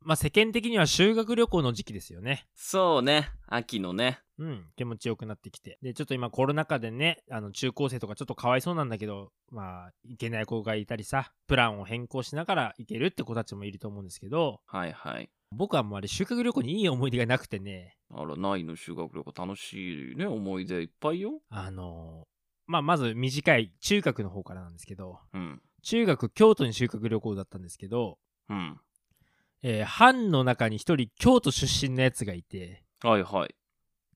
まあ世間的には修学旅行の時期ですよね。そうね。秋のね。うん、気持ちよくなってきて。で、ちょっと今コロナ禍でね、あの中高生とかちょっとかわいそうなんだけど、まあ、行けない子がいたりさ、プランを変更しながら行けるって子たちもいると思うんですけど、はいはい。僕はもうあれ修学旅行にいい思い出がなくてね、あら、ないの修学旅行楽しいね。思い出いっぱいよ。あのーまあ、まず短い中学の方からなんですけど、うん。中学京都に修学旅行だったんですけど、うん。えー班の中に一人京都出身のやつがいて、はいはい。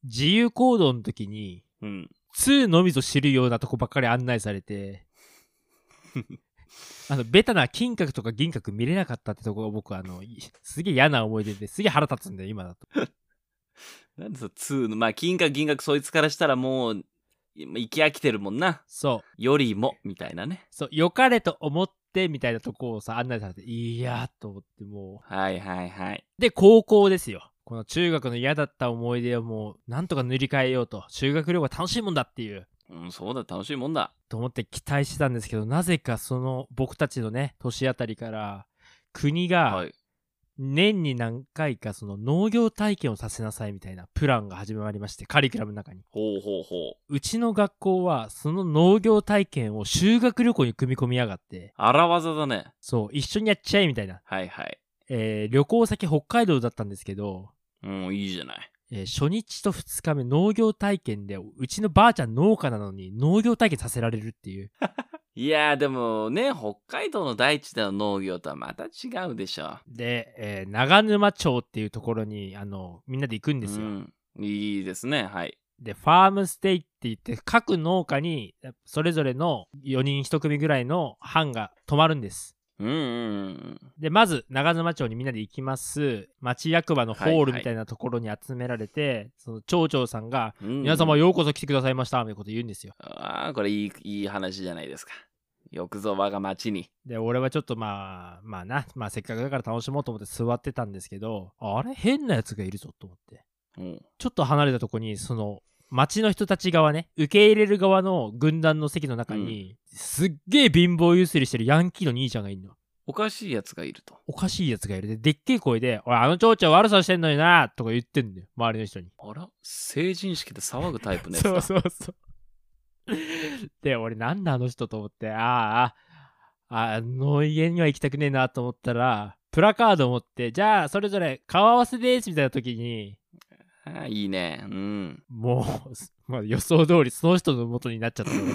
自由行動の時に、うん。 2のみぞ知るようなとこばっかり案内され て、あの、ベタな金閣とか銀閣見れなかったってとこが僕、あの、いすげえ嫌な思い出ですげえ腹立つんだよ、今だと。なんでさ、2の、まあ、金閣銀閣そいつからしたらもう、い生き飽きてるもんな。そう、よりも、みたいなね。そう、良かれと思って、みたいなとこをさ、案内されて、いやーと思って、もう、はいはいはい。で、高校ですよ。この中学の嫌だった思い出をもう、なんとか塗り替えようと、修学旅行は楽しいもんだっていう、うん、そうだ、楽しいもんだ。と思って期待してたんですけど、なぜかその僕たちのね、年あたりから、国はがい。年に何回かその農業体験をさせなさいみたいなプランが始まりまして、カリキュラムの中に。ほうほうほう。うちの学校はその農業体験を修学旅行に組み込みやがって、荒技だね。そう、一緒にやっちゃえみたいな。はいはい。えー旅行先北海道だったんですけど、うん、いいじゃない。えー初日と2日目農業体験でうちのばあちゃん農家なのに農業体験させられるっていういやーでもね、北海道の大地での農業とはまた違うでしょ。で、えー長沼町っていうところにあのみんなで行くんですよ、うん。いいですね、はい。でファームステイって言って各農家にそれぞれの4人1組ぐらいの班が泊まるんですうんうんうんでまず長沼町にみんなで行きます町役場のホーはいルはいみたいなところに集められて、その町長さんがうん。うん皆様ようこそ来てくださいましたみたいなこと言うんですよああ、これいい、いい話じゃないですか。よくぞ我が町に。で、俺はちょっとまあ、まあな、まあせっかくだから楽しもうと思って座ってたんですけど、あれ変なやつがいるぞと思って。うん。ちょっと離れたとこに、その、町の人たち側ね、受け入れる側の軍団の席の中に、すっげえ貧乏ゆすりしてるヤンキーの兄ちゃんがいるの。おかしいやつがいると。おかしいやつがいる。で、でっけえ声で、おい、あの町長悪さしてんのになとか言ってんだよ、周りの人に。あら成人式で騒ぐタイプ のやつ そうだ。そうそう。で、俺なんだあの人と思って、ああ、ああの家には行きたくねえなと思ったら、プラカードを持って、じゃあそれぞれ顔合わせですみたいな時に、ああ、いいね。うん。もう、 すまあ、予想通りその人の元になっちゃったの俺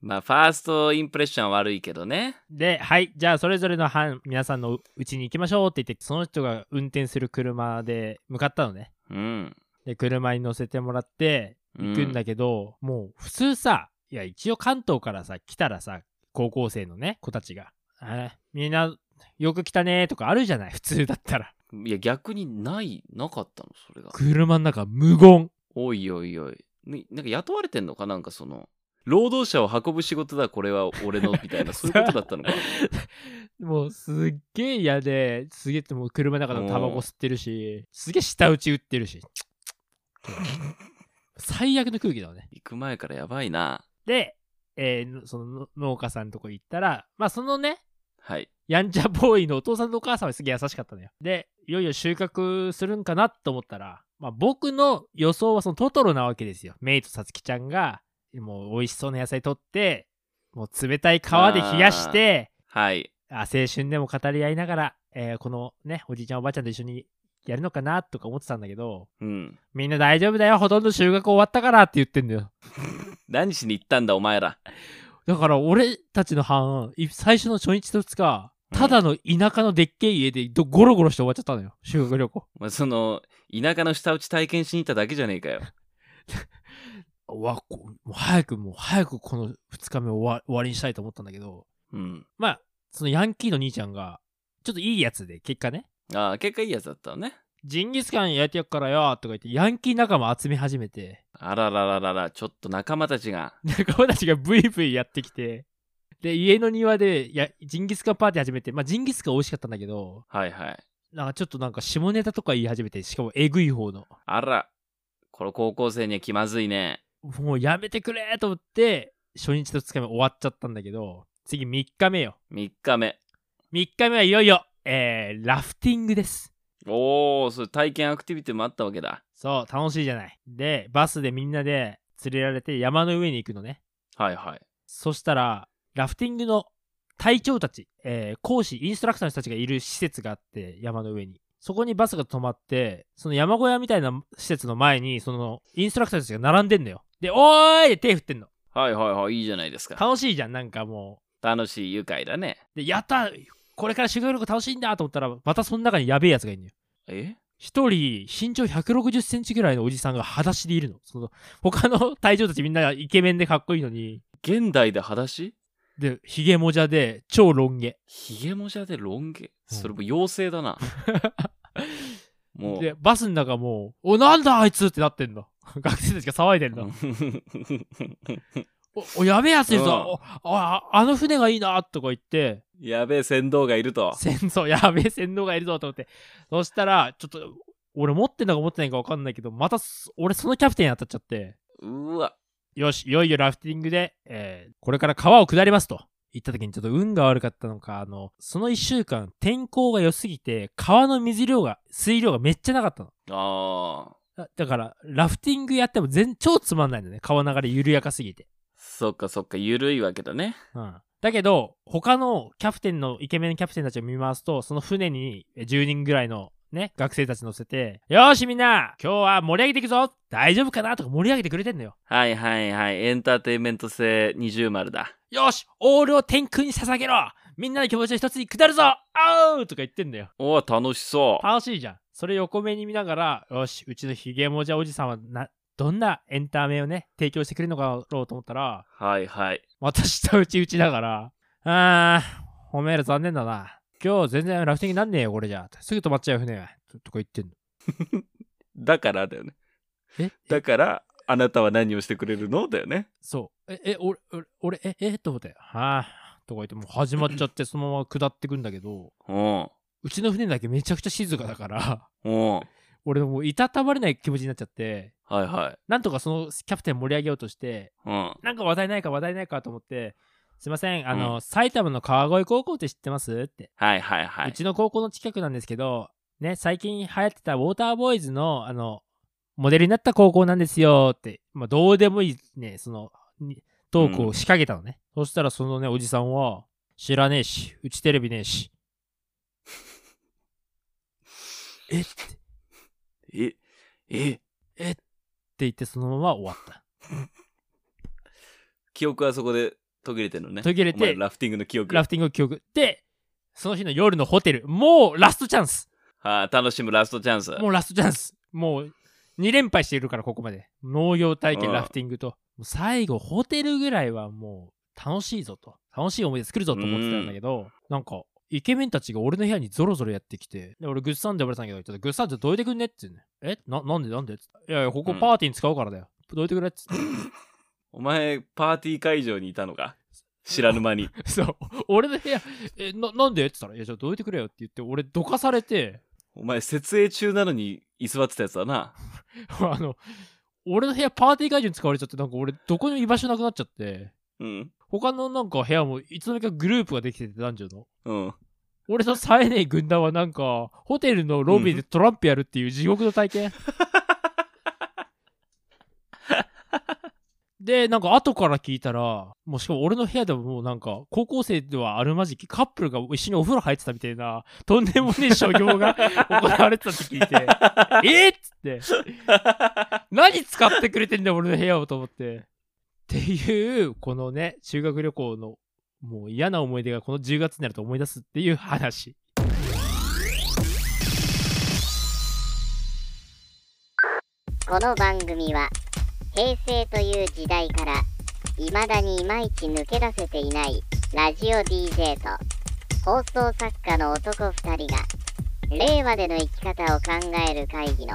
まあ、ファーストインプレッションは悪いけどね。で、はい、じゃあそれぞれの班、皆さんのうちに行きましょうって言って、その人が運転する車で向かったのね。うん。で、車に乗せてもらって、行行くんだけど、もう普通さいや一応関東からさ来たらさ高校生のね子たちが「えみんなよく来たね」とかあるじゃない普通だったらいや、逆にない、なかったの、それが。車の中無言おいおいおい。ねなんか雇われてんのかなんかその、労働者を運ぶ仕事だ、これは俺の、みたいな、そういうことだったの か。 もうすっげえ嫌ですげえもう車の中でもタバコ吸ってるしすげえ舌打ち打ってるし最悪の空気だよね行く前からやばいな。で、えーその農家さんのとこ行ったらまあそのねはい。やんちゃボーイのお父さんとお母さんはすげえ優しかったのよ。で、いよいよ収穫するんかなと思ったら、まあ、僕の予想はそのトトロなわけですよ。メイとさつきちゃんが、もう美味しそうな野菜取って、もう冷たい川で冷やして、はい。あ青春でも語り合いながら、えーこのね、おじいちゃんおばあちゃんと一緒にやるのかなとか思ってたんだけど、うん。みんな大丈夫だよ、ほとんど収穫終わったからって言ってんだよ。何しに行ったんだ、お前ら。 だから俺たちの班、い最初の初日と2日、ただの田舎のでっけえ家でどゴロゴロして終わっちゃったのよ、修学旅行。お前その、田舎の下打ち体験しに行っただけじゃねえかよ。 うわこもう早くもう早くこの2日目を終わ終わりにしたいと思ったんだけど、うん。まあ、そのヤンキーの兄ちゃんが、ちょっといいやつで、結果ね、ああ、結果いいやつだったのね。ジンギスカン焼いてやっからよ、とか言って、ヤンキー仲間集め始めて、あららららら、ちょっと仲間たちが。仲間たちがブイブイやってきて、で、家の庭でやジンギスカンパーティー始めて、まあ、ジンギスカン美味しかったんだけど、はいはい。なんかちょっとなんか下ネタとか言い始めて、しかもえぐい方の。あら、これ高校生には気まずいね。もうやめてくれと思って、初日と2日目終わっちゃったんだけど、次3日目よ。 3日目。 3日目はいよいよ、えー、ラフティングです。おお、そういう体験アクティビティもあったわけだ。そう、楽しいじゃない。で、バスでみんなで連れられて山の上に行くのね。はいはい。そしたら、ラフティングの隊長たち、えー講師、インストラクターの人たちがいる施設があって、山の上に。そこにバスが止まって、その山小屋みたいな施設の前に、そのインストラクターたちが並んでんのよ。で、おーいって手振ってんの。はいはいはい、いいじゃないですか。楽しいじゃん、なんかも楽しい、愉快だね。う。で、やったこれから修学旅行楽しいんだと思ったら、またその中にやべえやつがいるのよ。え一人、身長160センチぐらいのおじさんが裸足でいるの。その、他の隊長たちみんなイケメンでかっこいいのに、現代で裸足で、ヒゲもじゃで、超ロン毛。ヒゲもじゃでロン毛うんそれも妖精 だな。もう。で、バスの中もう、お、なんだあいつってなってんの。 学生たちが騒いでんの。 お、おやべえやついるぞ、おあ、あの船がいいなとか言って、やべえ船頭がいると。戦争、 やべえ船頭がいるぞと思って。そしたら、ちょっと、俺持ってんのか持ってないか分かんないけど、またそ、俺そのキャプテンに当たっちゃって、うわ。よし、いよいよラフティングで、えーこれから川を下りますと。行った時にちょっと運が悪かったのか、あの、その一週間、天候が良すぎて、川の水量が、水量がめっちゃなかったの。ああ。だだから、ラフティングやっても全超つまんないんだね。川流れ緩やかすぎて。そっかそっか、ゆるいわけだね。うん。だけど、他のキャプテンの、イケメンキャプテンたちを見回すと、その船にえ10人ぐらいのね、学生たち乗せて、よーしみんな今日は盛り上げていくぞ大丈夫かなとか盛り上げてくれてんのよ。はいはいはい。エンターテインメント性二重丸だ。よしオールを天空に捧げろみんなの気持ちを一つに下るぞあおうとか言ってんだよ。おお、楽しそう。楽しいじゃん。それ横目に見ながら、よし、うちのヒゲもじゃおじさんはな、どんなエンターメをね、提供してくれるのかろうと思ったら、はいはい。また下打ち打ちだから。あー、おめえら残念だな。今日全然ラフティングなんねえよ、これじゃ。すぐ止まっちゃうよ船は。ととか言ってんの。だからだよね。えだから、あなたは何をしてくれるのだよね。そう。え、え、俺、俺、俺え、え、と思って。はあ、とか言って、もう始まっちゃって、そのまま下ってくんだけど、おううちの船だけめちゃくちゃ静かだから、おう俺もういたたまれない気持ちになっちゃって、はいはい。なんとかそのキャプテン盛り上げようとして、うん。なんか話題ないか話題ないかと思って、すいません、あの、う埼玉の川越高校って知ってますって。はいはいうはうい。ちの高校の近くなんですけど、ね、最近流行ってたウォーターボーイズの、あの、モデルになった高校なんですよって、まあ、どうでもいいね、その、にトークを仕掛けたのね。そしたらそのね、おじさんは、知らねえし、うちテレビねえし。えって、ってえ、え、言ってそのまま終わった。記憶はそこで途切れてるのね。途切れてお前ラフティングの記憶。ラフティングの記憶。で、その日の夜のホテル、もうラストチャンスはい楽しむラストチャンス。もうラストチャンス。もう2連敗しているから、ここまで。農業体う験、んラフティングと。もう最後、ホテルぐらいはもう楽しいぞと。楽しい思い出作るぞと思ってたんだけど、なんか、イケメンたちが俺の部屋にゾロゾロやってきて、で俺、グッサンで呼ばれたんだけど、ちょっとグッサンってどいてくんねって言うね。えな、なんでなんでって言っていやいや、ここうんパーティーに使うからだよ。どいてくれ って言っお前、パーティー会場にいたのか知らぬ間に。て。そう。俺の部屋、え、な、なんでって言ったら、いや、じゃあどいてくれよって言って、俺、どかされて、 お前、設営中なのに居座ってたやつだな。あの、俺の部屋パーティー会場に使われちゃって、なんか俺、どこにも居場所なくなっちゃって。うん。他のなんか部屋もいつの間にかグループができてて男女の。うん。俺の冴えねえ軍団はなんかホテルのロビーでトランプやるっていう地獄の体験。で、なんか後から聞いたら、もうしかも俺の部屋でももうなんか高校生ではあるまじきカップルが一緒にお風呂入ってたみたいなとんでもねえ所業が行われてたって聞いて、えーっつって、何使ってくれてんだよ俺の部屋をと思って。っていう、このね、修学旅行のもう嫌な思い出がこの10月になると思い出すっていう話。この番組は平成という時代から未だにいまいち抜け出せていないラジオ DJ と放送作家の男2人が令和での生き方を考える会議の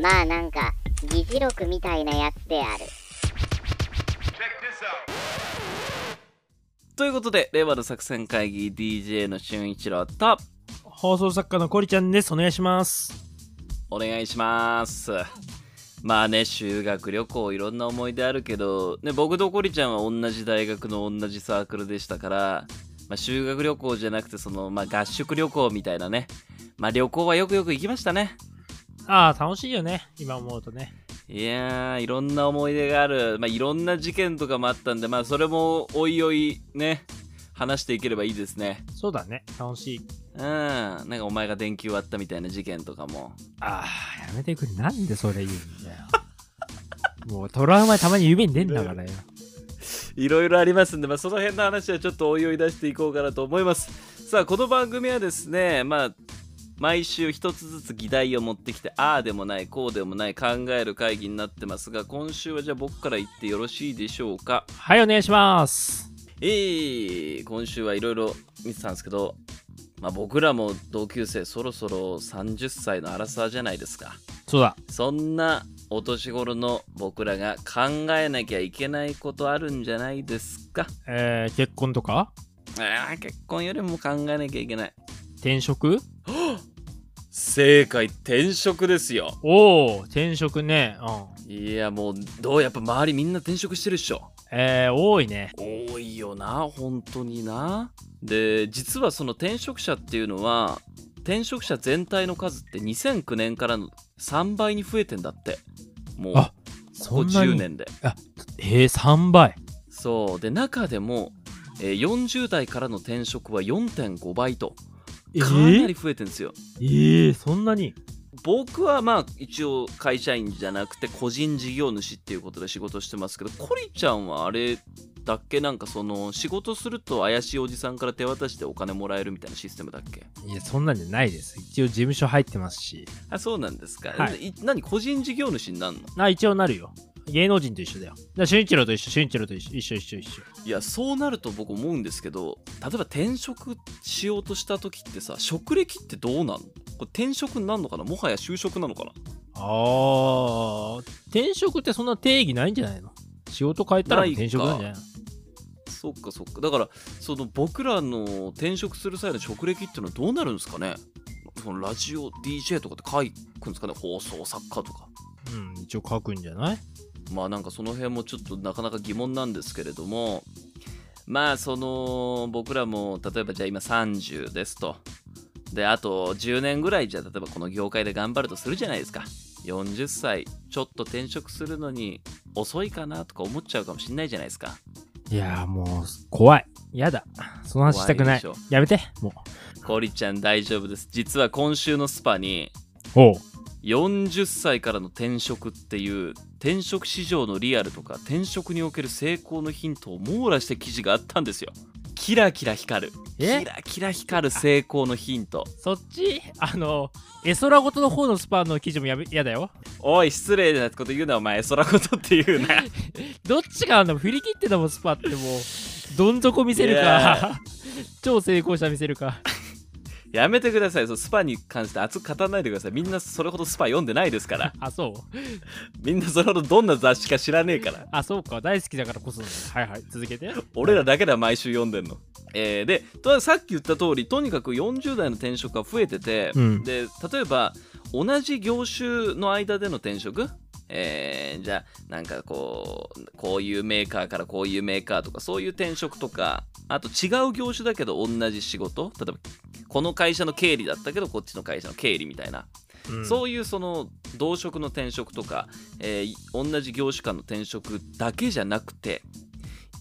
まあなんか議事録みたいなやつである。ということで、令和の作戦会議 DJ の俊一郎と、放送作家のコリちゃんです。お願いします。お願いします。まあね、修学旅行いろんな思い出あるけど、ね、僕とコリちゃんは同じ大学の同じサークルでしたから、まあまあ、修学旅行じゃなくてその、まあ、合宿旅行みたいなね、まあ、旅行はよくよく行きましたねああ、楽しいよね。今思うとね。いやーいろんな思い出がある、まあ、いろんな事件とかもあったんで、まあ、それもおいおいね話していければいいですねそうだね。楽しい。うんなんかお前が電球割ったみたいな事件とかもああ、やめてくれ。なんでそれ言うんだよ。 もうトラウマたまに夢に出んだからよ。いろいろありますんで、まあ、その辺の話はちょっとおいおい出していこうかなと思いますさあこの番組はですねまあ毎週一つずつ議題を持ってきてああでもないこうでもない考える会議になってますが今週はじゃあ僕から言ってよろしいでしょうかはい、お願いします。えー、今週はいろいろ見てたんですけど、まあ、僕らも同級生そろそろ30歳のアラサーじゃないですかそうだ。そんなお年頃の僕らが考えなきゃいけないことあるんじゃないですかえー、結婚とかあー結婚よりも考えなきゃいけない転職正解転職ですよおお、転職ね。うん。いやもうどうやっぱ周りみんな転職してるっしょえー、多いね。多いよな本当になで実はその転職者っていうのは転職者全体の数って2009年からの3倍に増えてんだってもうこあこそんな10に。年でえー、3倍。そうで中でもえー40代からの転職は4.5倍とえかなーり、増えてんですよ、えー、そんなに僕はまあ一応会社員じゃなくて個人事業主っていうことで仕事してますけどコリちゃんはあれだっけなんかその仕事すると怪しいおじさんから手渡しでお金もらえるみたいなシステムだっけいや、そんなんじゃないです。一応事務所入ってますし。あそうなんですか、、はい何個人事業主になんのあ、一応なるよ。芸能人と一緒だよ。だから俊一郎と一緒、俊一郎と一緒、一緒、一緒、一緒。いやそうなると僕思うんですけど例えば転職しようとした時ってさ職歴ってどうなんのこれ転職になるのかなもはや就職なのかなあー、転職ってそんな定義ないんじゃないの仕事変えたらもう転職なんじゃないのそっかそっかだからその僕らの転職する際の職歴っていうのはどうなるんですかねそのラジオ DJ とかって書いくんですかね放送作家とかうん、一応書くんじゃないまあなんかその辺もちょっとなかなか疑問なんですけれどもまあその僕らも例えばじゃあ今30ですとであと10年ぐらいじゃあ例えばこの業界で頑張るとするじゃないですか40歳ちょっと転職するのに遅いかなとか思っちゃうかもしんないじゃないですかいやーもう、怖い。やだ。その話したくない。怖いでやめて、もう。コリちゃん大丈夫です実は今週のスパにおう。 40歳からの転職っていう転職市場のリアルとか転職における成功のヒントを網羅した記事があったんですよキラキラ光るキえラキラ光る成功のヒントそっちあの、絵空事の方のスパンの記事もやめ、やだよ。おい失礼なこと言うなお前空ことって言うなどっちがあんの振り切ってたもん、スパってもう。どん底見せるいやか、 超成功者見せるか。やめてくださいそうスパに関して熱く語らないでくださいみんなそれほどスパ読んでないですからあ、そうみんなそれほどどんな雑誌か知らねえからあ、そうか。大好きだからこそなんだ。はいはい。続けて。俺らだけだ毎週読んでんの。えーでとさっき言った通りとにかく40代の転職が増えてて、うんで例えば同じ業種の間での転職えーじゃあなんかこうこういうメーカーからこういうメーカーとかそういう転職とかあと違う業種だけど同じ仕事例えばこの会社の経理だったけどこっちの会社の経理みたいなうんそういうその同職の転職とか、えー同じ業種間の転職だけじゃなくて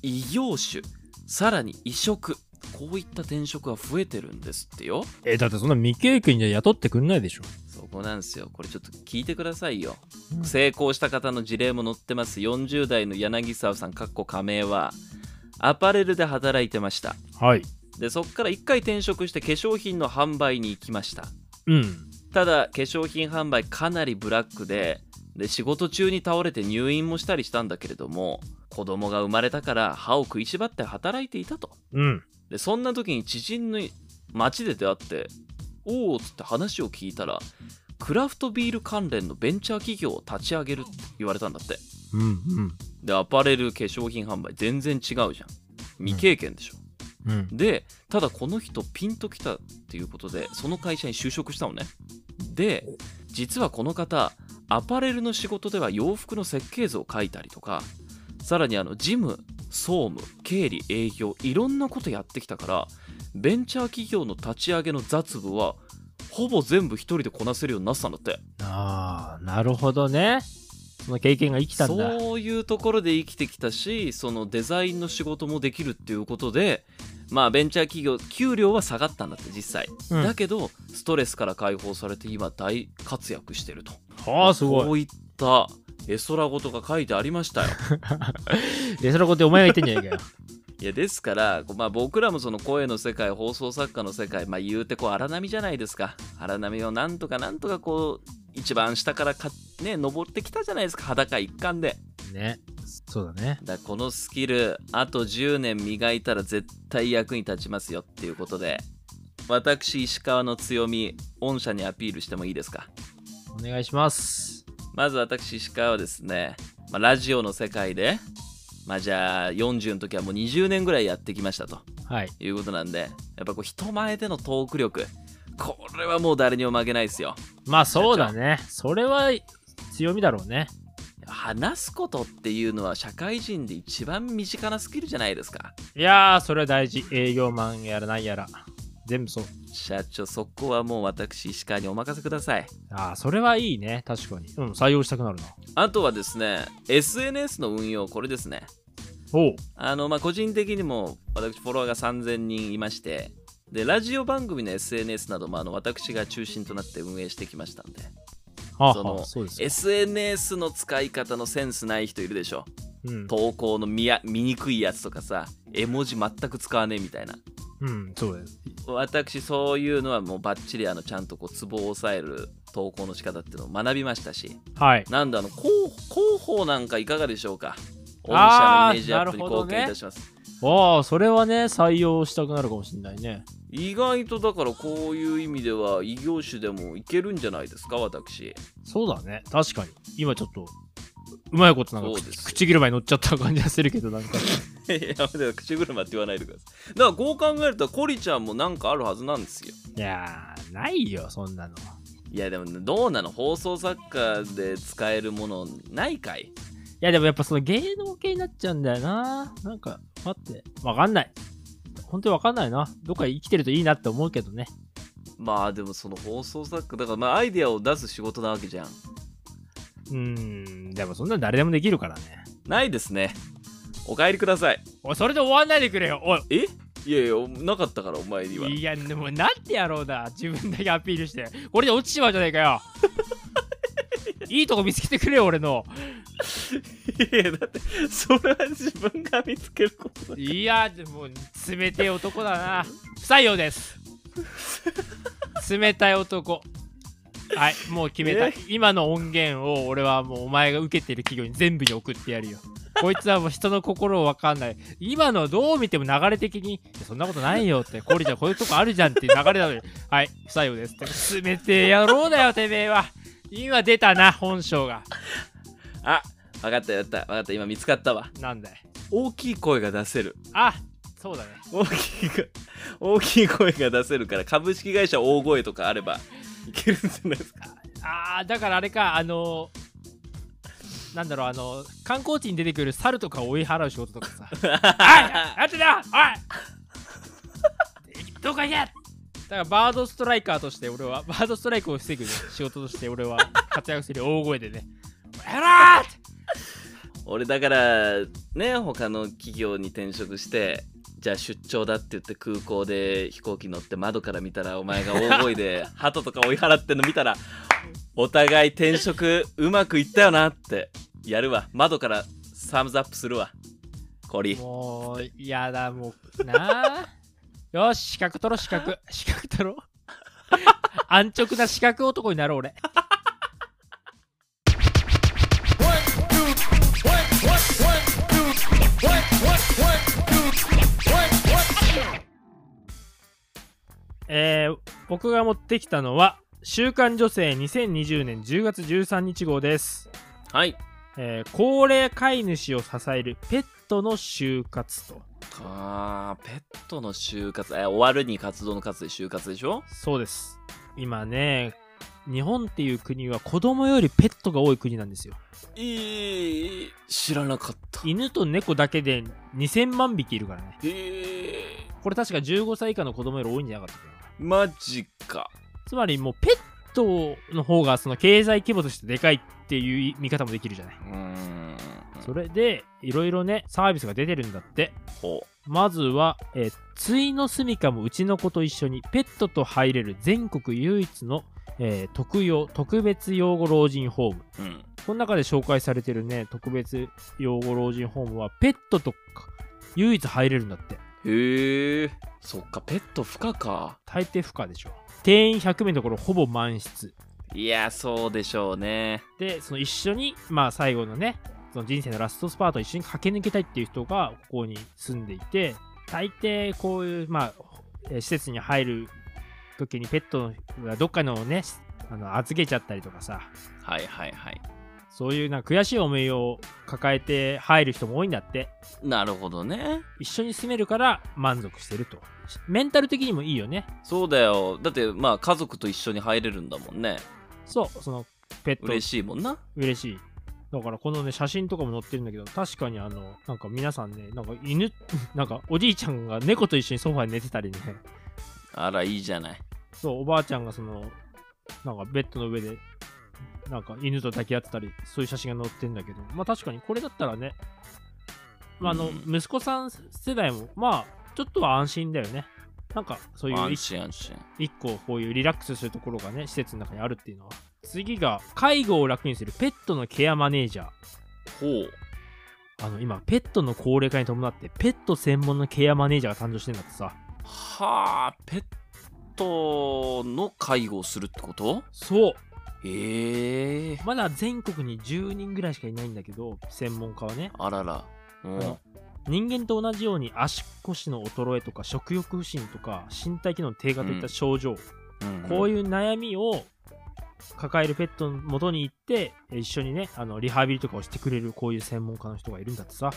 異業種さらに異職こういった転職は増えてるんですってよえ、だってそんな未経験じゃ雇ってくんないでしょ。そこなんですよこれちょっと聞いてくださいよ、うん成功した方の事例も載ってます40代の柳沢さんかっこ仮名はアパレルで働いてましたはい。でそっから1回転職して化粧品の販売に行きましたうん。ただ化粧品販売かなりブラックでで仕事中に倒れて入院もしたりしたんだけれども子供が生まれたから歯を食いしばって働いていたとうん。でそんな時に知人の街で出会って「おお」っつって話を聞いたらクラフトビール関連のベンチャー企業を立ち上げるって言われたんだってうん。うん。でアパレル化粧品販売全然違うじゃん未経験でしょ、うん。でただこの人ピンときたっていうことでその会社に就職したのねで実はこの方アパレルの仕事では洋服の設計図を描いたりとかさらにあの事務総務経理営業いろんなことやってきたからベンチャー企業の立ち上げの雑務はほぼ全部一人でこなせるようになってたんだってああ、なるほどね。その経験が生きたんだ。そういうところで生きてきたしそのデザインの仕事もできるっていうことでまあベンチャー企業給料は下がったんだって実際、うんだけどストレスから解放されて今大活躍してるとはあ、すこ ごい。ういった絵空事が書いてあり ましたよレソラコってお前が言ってんじゃねえかよ。いやですから、こうまあ、僕らもその声の世界放送作家の世界、まあ、言うてこう荒波じゃないですか荒波をなんとかなんとかこう一番下からかね登ってきたじゃないですか裸一貫で ね。そうだね。だからこのスキルあと10年磨いたら絶対役に立ちますよっていうことで私石川の強み御社にアピールしてもいいですかお願いします。まず私石川はですね、まあ、ラジオの世界でまあじゃあ40の時はもう20年ぐらいやってきましたとはい。いうことなんでやっぱこう人前でのトーク力これはもう誰にも負けないですよまあそうだね。それは強みだろうね。話すことっていうのは社会人で一番身近なスキルじゃないですかいやー、それは大事。営業マンやらなんやら。全部そう。社長そこはもう私石川にお任せくださいああ、それはいいね。確かに。うん、採用したくなるな。あとはですね SNS の運用これですねおう。あのまあ個人的にも私フォロワーが3000人いましてでラジオ番組の SNS などもあの私が中心となって運営してきましたんではあ、そはのあ、そうですよ。 SNS の使い方のセンスない人いるでしょうん、投稿の見や見にくいやつとかさ絵文字全く使わねえみたいなうん、そうです。私そういうのはもうバッチリあのちゃんとこうツボを抑える投稿の仕方っていうのを学びましたしはい。なんだあの広広報なんかいかがでしょうか御社あーのイメージアップになるほど貢ね献いたします、ああ、それはね、採用したくなるかもしれないね。意外とだからこういう意味では異業種でもいけるんじゃ ないですか私そうだね。確かに。今ちょっと、うまいことなんかそうですよ口唇車に乗っちゃった感じがするけど、なんか。いややめて口車って言わないでくださいだからこう考えるとコリちゃんもなんかあるはずなんですよいやー、ないよ、そんなの。いいやでもどうなの放送作家で使えるものないかいや、でもやっぱその芸能系になっちゃうんだよな。なんか、待って。わかんない。本当にわかんないな。どっか生きてるといいなって思うけどね。まあでもその放送作家だからまあアイデアを出す仕事なわけじゃんうーん、でもそんなの誰でもできるからね。ないですねお帰りくださいおい、それで終わんないでくれよ、おい。えいやいやなかったからお前にはいや、でもなんてやろうだ。自分だけアピールして。これで落ちちまうじゃないかよ。いいとこ見つけてくれよ、俺の。いやだってそれは自分が見つけることだいや、でも、冷てえ男だな。不採用です。冷たい男。はい、もう決めたえ。今の音源を俺はもうお前が受けてる企業に全部に送ってやるよ。こいつはもう人の心を分かんない。今のどう見ても流れ的に、いやそんなことないよって、コリちゃんこういうとこあるじゃんっていう流れなのに、はい、不採用ですって。冷てえ野郎だよ、てめえは。今出たな、本性が。あ分かったやった分かった今見つかったわなんだい。大きい声が出せるあ、そうだね。大きい声大きい声が出せるから株式会社大声とかあればいけるんじゃないですかあーだからあれかあのーなんだろうあのー観光地に出てくる猿とかを追い払う仕事とかさ「おいあってだおいどこ行け!」だからバードストライカーとして俺はバードストライクを防ぐ、ね、仕事として俺は活躍する大声でね「やらーって!俺だからね他の企業に転職してじゃあ出張だって言って空港で飛行機乗って窓から見たらお前が大声 で鳩とか追い払ってんの見たらお互い転職うまくいったよなってやるわ窓からサムズアップするわコ」リもうやだもう なーよし資格取ろう資 格資格取ろう安直な資格男になろう俺えー僕が持ってきたのは「週刊女性2020年10月13日号」です、はいえー高齢飼い主を支えるペットの就活とあーペットの就活え終わるに活動の活で就活でしょそうです今ね日本っていう国は子供よりペットが多い国なんですよいい知らなかった犬と猫だけで2000万匹いるからねえこれ確か15歳以下の子供より多いんじゃなかったかなー、マジかつまりもうペットの方がその経済規模としてでかいっていう見方もできるじゃないうーんそれでいろいろねサービスが出てるんだってほまずは、えー、ついの住みかもうちの子と一緒にペットと入れる全国唯一の、えー特養特別養護老人ホームううんこの中で紹介されてるね特別養護老人ホームはペットとか唯一入れるんだってへえそっかペット不可か大抵不可でしょ定員100名のところほぼ満室いやそうでしょうねでその一緒にまあ最後のねその人生のラストスパートを一緒に駆け抜けたいっていう人がここに住んでいて大抵こういうまあえー施設に入る時にペットがどっかのねあの預けちゃったりとかさはいはいはいそういうなんか悔しい思いを抱えて入る人も多いんだってなるほどね一緒に住めるから満足してるとメンタル的にもいいよねそうだよだってまあ家族と一緒に入れるんだもんねそうそのペット嬉しいもんな嬉しいだからこのね写真とかも載ってるんだけど確かにあのなんか皆さんねなんか犬 なんかおじいちゃんが猫と一緒にソファに寝てたりねあらいいじゃないそうおばあちゃんがそのなんかベッドの上でなんか犬と抱き合ってたりそういう写真が載ってんだけどまあ確かにこれだったらねまああの、うん息子さん世代もまあちょっとは安心だよねなんかそういう安一心安心一個こういうリラックスするところがね施設の中にあるっていうのは次が介護を楽にするペットのケアマネージャーほうあの今ペットの高齢化に伴ってペット専門のケアマネージャーが誕生してんだってさはあペットの介護をするってことそうええまだ全国に10人ぐらいしかいないんだけど専門家はねあららうんあの人間と同じように足腰の衰えとか食欲不振とか身体機能の低下といった症状、こうういう悩みを抱えるペットの元に行ってえ一緒にねあのリハビリとかをしてくれるこういう専門家の人がいるんだってさ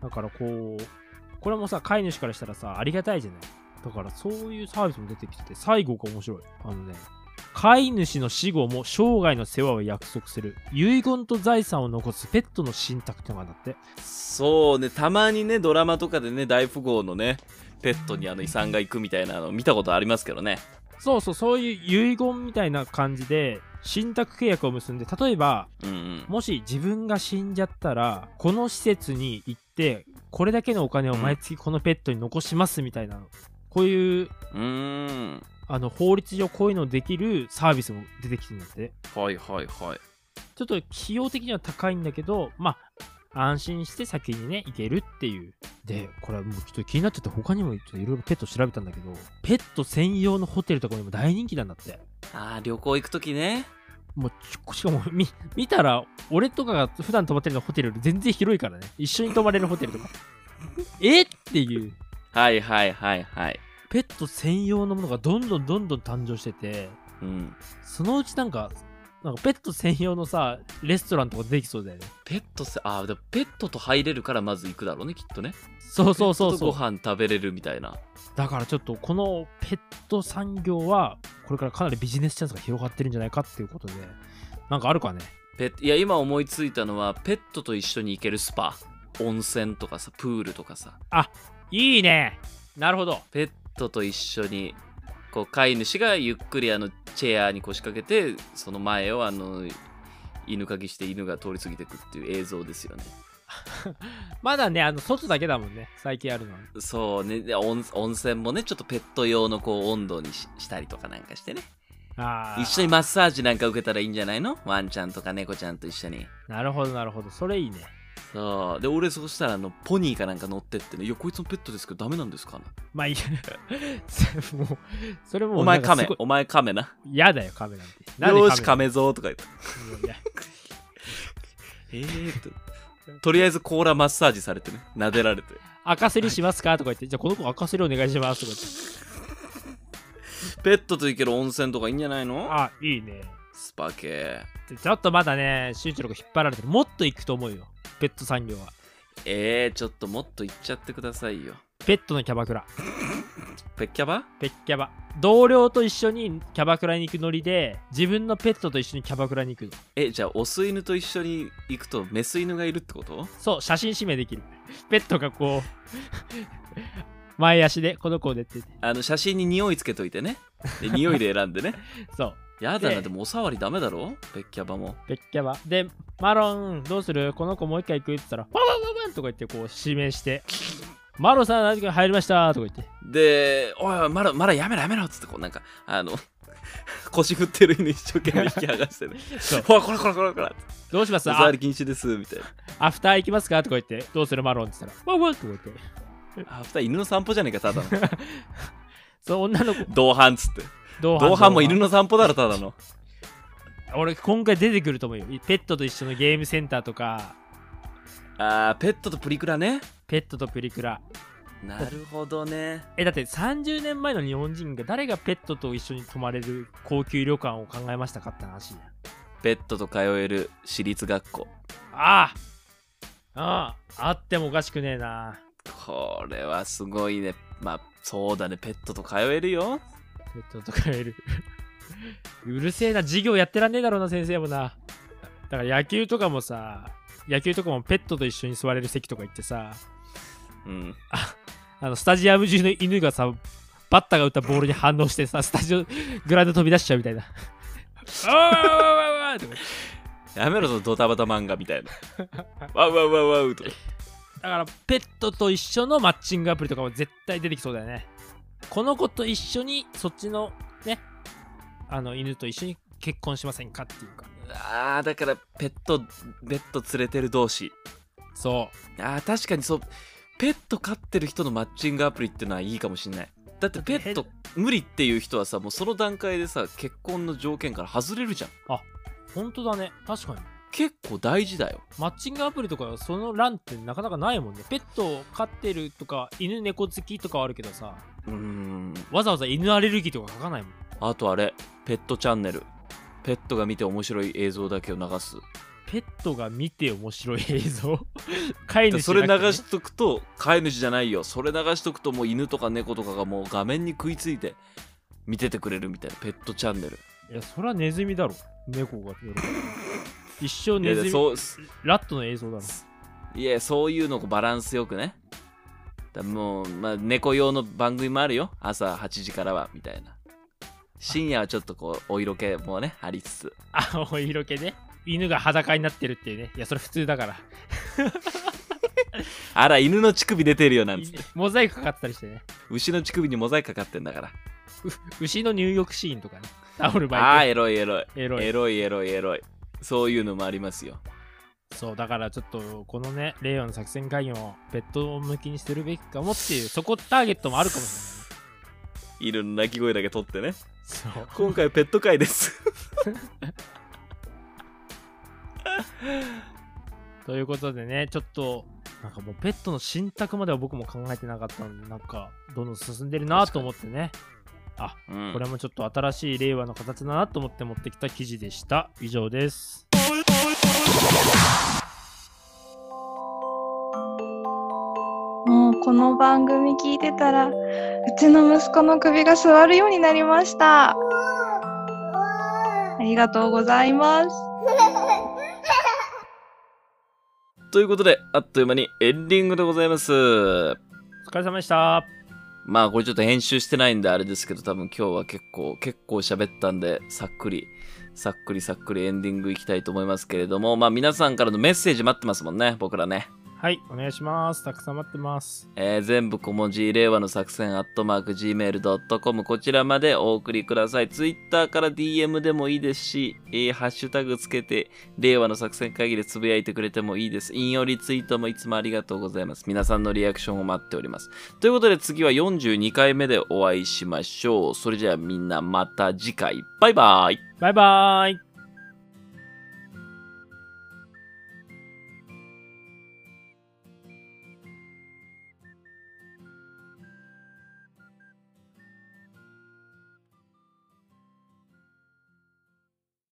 だからこうこれもさ飼い主からしたらさありがたいじゃないだからそういうサービスも出てきてて最後が面白いあのね飼い主の死後も生涯の世話を約束する遺言と財産を残すペットの信託ってのがあるんだってんそうねたまにねドラマとかでね大富豪のねペットにあの遺産が行くみたいなの見たことありますけどねそうそうそういう遺言みたいな感じで信託契約を結んで例えばうんうんもし自分が死んじゃったらこの施設に行ってこれだけのお金を毎月このペットに残しますみたいな、こういううーんあの法律上こういうのできるサービスも出てきてるんだってはいはいはいちょっと費用的には高いんだけどまあ安心して先にね行けるっていうでこれもうちょっと気になっちゃって他にもいろいろペット調べたんだけどペット専用のホテルとかも今大人気なんだってあー旅行行く時ねもうちしかも見見たら俺とかが普段泊まってるのホテルより全然広いからね一緒に泊まれるホテルとか えっていうはいはいはいはいペット専用のものがどんどんどんどん誕生しててうんそのうちなんかなんかペット専用のさレストランとかできそうだよねペットせあーでもペットと入れるからまず行くだろうねきっとねそうそうそうペットそうとご飯食べれるみたいなだからちょっとこのペット産業はこれからかなりビジネスチャンスが広がってるんじゃないかっていうことでなんかあるかねペットいや今思いついたのはペットと一緒に行けるスパ温泉とかさプールとかさいいねなるほどペットと一緒にこう飼い主がゆっくりあのチェアに腰掛けてその前をあの犬かぎして犬が通り過ぎてくっていう映像ですよねまだねあの外だけだもんね最近あるのはそうねで温温泉もねちょっとペット用のこう温度にししたりとかなんかしてねあー一緒にマッサージなんか受けたらいいんじゃないのワンちゃんとか猫ちゃんと一緒になるほどなるほどそれいいねそうで俺そしたらあのポニーかなんか乗ってってね「いやこいつのペットですけどダメなんですかね?」まあいい もうそれもうお前なカんかすごメいお前カメな嫌だよカメなんてなんでよーしカメメぞーとか言っていやえー、ととりあえずコーラマッサージされてね撫でられて赤セリしますかとか言ってじゃあこの子赤セリお願いしますとか言ってペットと行ける温泉とかいいんじゃないのあいいねスパ系でちょっとまだね集中力引っ張られてるもっといくと思うよペット産業はえー、ちょっともっと行っちゃってくださいよペットのキャバクラペッキャバペッキャバ同僚と一緒にキャバクラに行くノリで自分のペットと一緒にキャバクラに行くのえじゃあオス犬と一緒に行くとメス犬がいるってことそう写真指名できるペットがこう 前足でこの子でってあの写真に匂いつけといてねで匂いで選ん でねそうやだでなでもおさわりダメだろペッキャバもペッキャバでマロンどうするこの子もう一回行くって言ったらワンワンワンワンとか言ってこう指名してマロンさん何時入りましたとか言ってでおいおいまだまだやめろやめろっつってこうなんかあの 腰振ってる犬一生懸命引き剥がしてねそうおいこらこらこらこらどうしますおさわあり禁止ですみたいなアフター行きますかとか言ってどうするマロンって言ったらワンワンとか言ってあ二人犬の散歩じゃねえかただのそう女の子 同伴っつって同同伴も犬のの散歩だろただの俺今回出てくると思うよペットと一緒のゲームセンターとかあーペットとプリクラねペットとプリクラなるほどねえだって30年前の日本人が誰がペットと一緒に泊まれる高級旅館を考えましたかって話だよペットと通える私立学校あああああってもおかしくねえなこれはすごいねまあそうだねペットと通えるよペットとかいるうるせえな授業やってらんねえだろうな先生もなだから野球とかもさ野球とかもペットと一緒に座れる席とか行ってさうんあのスタジアム中の犬がさバッターが打ったボールに反応してさスタジオグラウンド飛び出しちゃうみたいなあああああああとかやめろそのドタバタ漫画みた いなわうわうわうわうとかだからペットと一緒のマッチングアプリとかも絶対出てきそうだよねこの子と一緒にそっちのねあの犬と一緒に結婚しませんかっていうかあーだからペットペット連れてる同士そあー確かにそうペット飼ってる人のマッチングアプリってのはいいかもしんないだってペット無理っていう人はさもうその段階でさ結婚の条件から外れるじゃんう本当だね確かに結構大事だよマッチングアプリとかその欄ってなかなかないもんねペットを飼ってるとか犬猫好きとかはあるけどさうーんわざわざ犬アレルギーとか書かないもんあとあれペットチャンネルペットが見て面白い映像だけを流すペットが見て面白い映像 飼い主それじゃなくてね流しとくと飼い主じゃないよそれ流しとくともう犬とか猫とかがもう画面に食いついて見ててくれるみたいなペットチャンネルいやそりゃネズミだろ猫が喜ぶ一生いやネいズやミそうラットの映像だろいやそういうのをバランスよくねだもう、まあ、猫用の番組もあるよ朝8時からはみたいな深夜はちょっとこうお色気もねありつつあお色気ね犬が裸になってるっていうねいやそれ普通だからあら犬の乳首出てるよなんつってモザイクかかってたりしてね牛の乳首にモザイクかかってんだからう牛の入浴シーンとかねタオルああ巻いーエロいエロいてエロエいロいエロいエロいそういうのもありますよそうだからちょっとこのねレイオンの作戦会議をペットを向きにするべきかもっていうそこターゲットもあるかもし犬の鳴き声だけ取ってねれないそう今回ペット会ですということでねちょっとなんかもうペットの信託までは僕も考えてなかったんでなんかどんどん進んでるなと思ってねうんこれもちょっと新しい令和の形だなと思って持ってきた記事でした以上ですもうこの番組聞いてたらうちの息子の首が座るようになりましたありがとうございますということであっという間にエンディングでございますお疲れ様でしたまあこれちょっと編集してないんであれですけど多分今日は結構結構喋ったんでさっくりさっくりさっくりエンディングいきたいと思いますけれどもまあ皆さんからのメッセージ待ってますもんね僕らね、はいお願いしますたくさん待ってますえー全部小文字令和の作戦アットマーク Gmail.com こちらまでお送りください Twitter から DM でもいいですし、えーハッシュタグつけて令和の作戦会議でつぶやいてくれてもいいです引用リツイートもいつもありがとうございます皆さんのリアクションを待っておりますということで次は42回目でお会いしましょう。それじゃあみんなまた次回。バイバイ。バイバーイ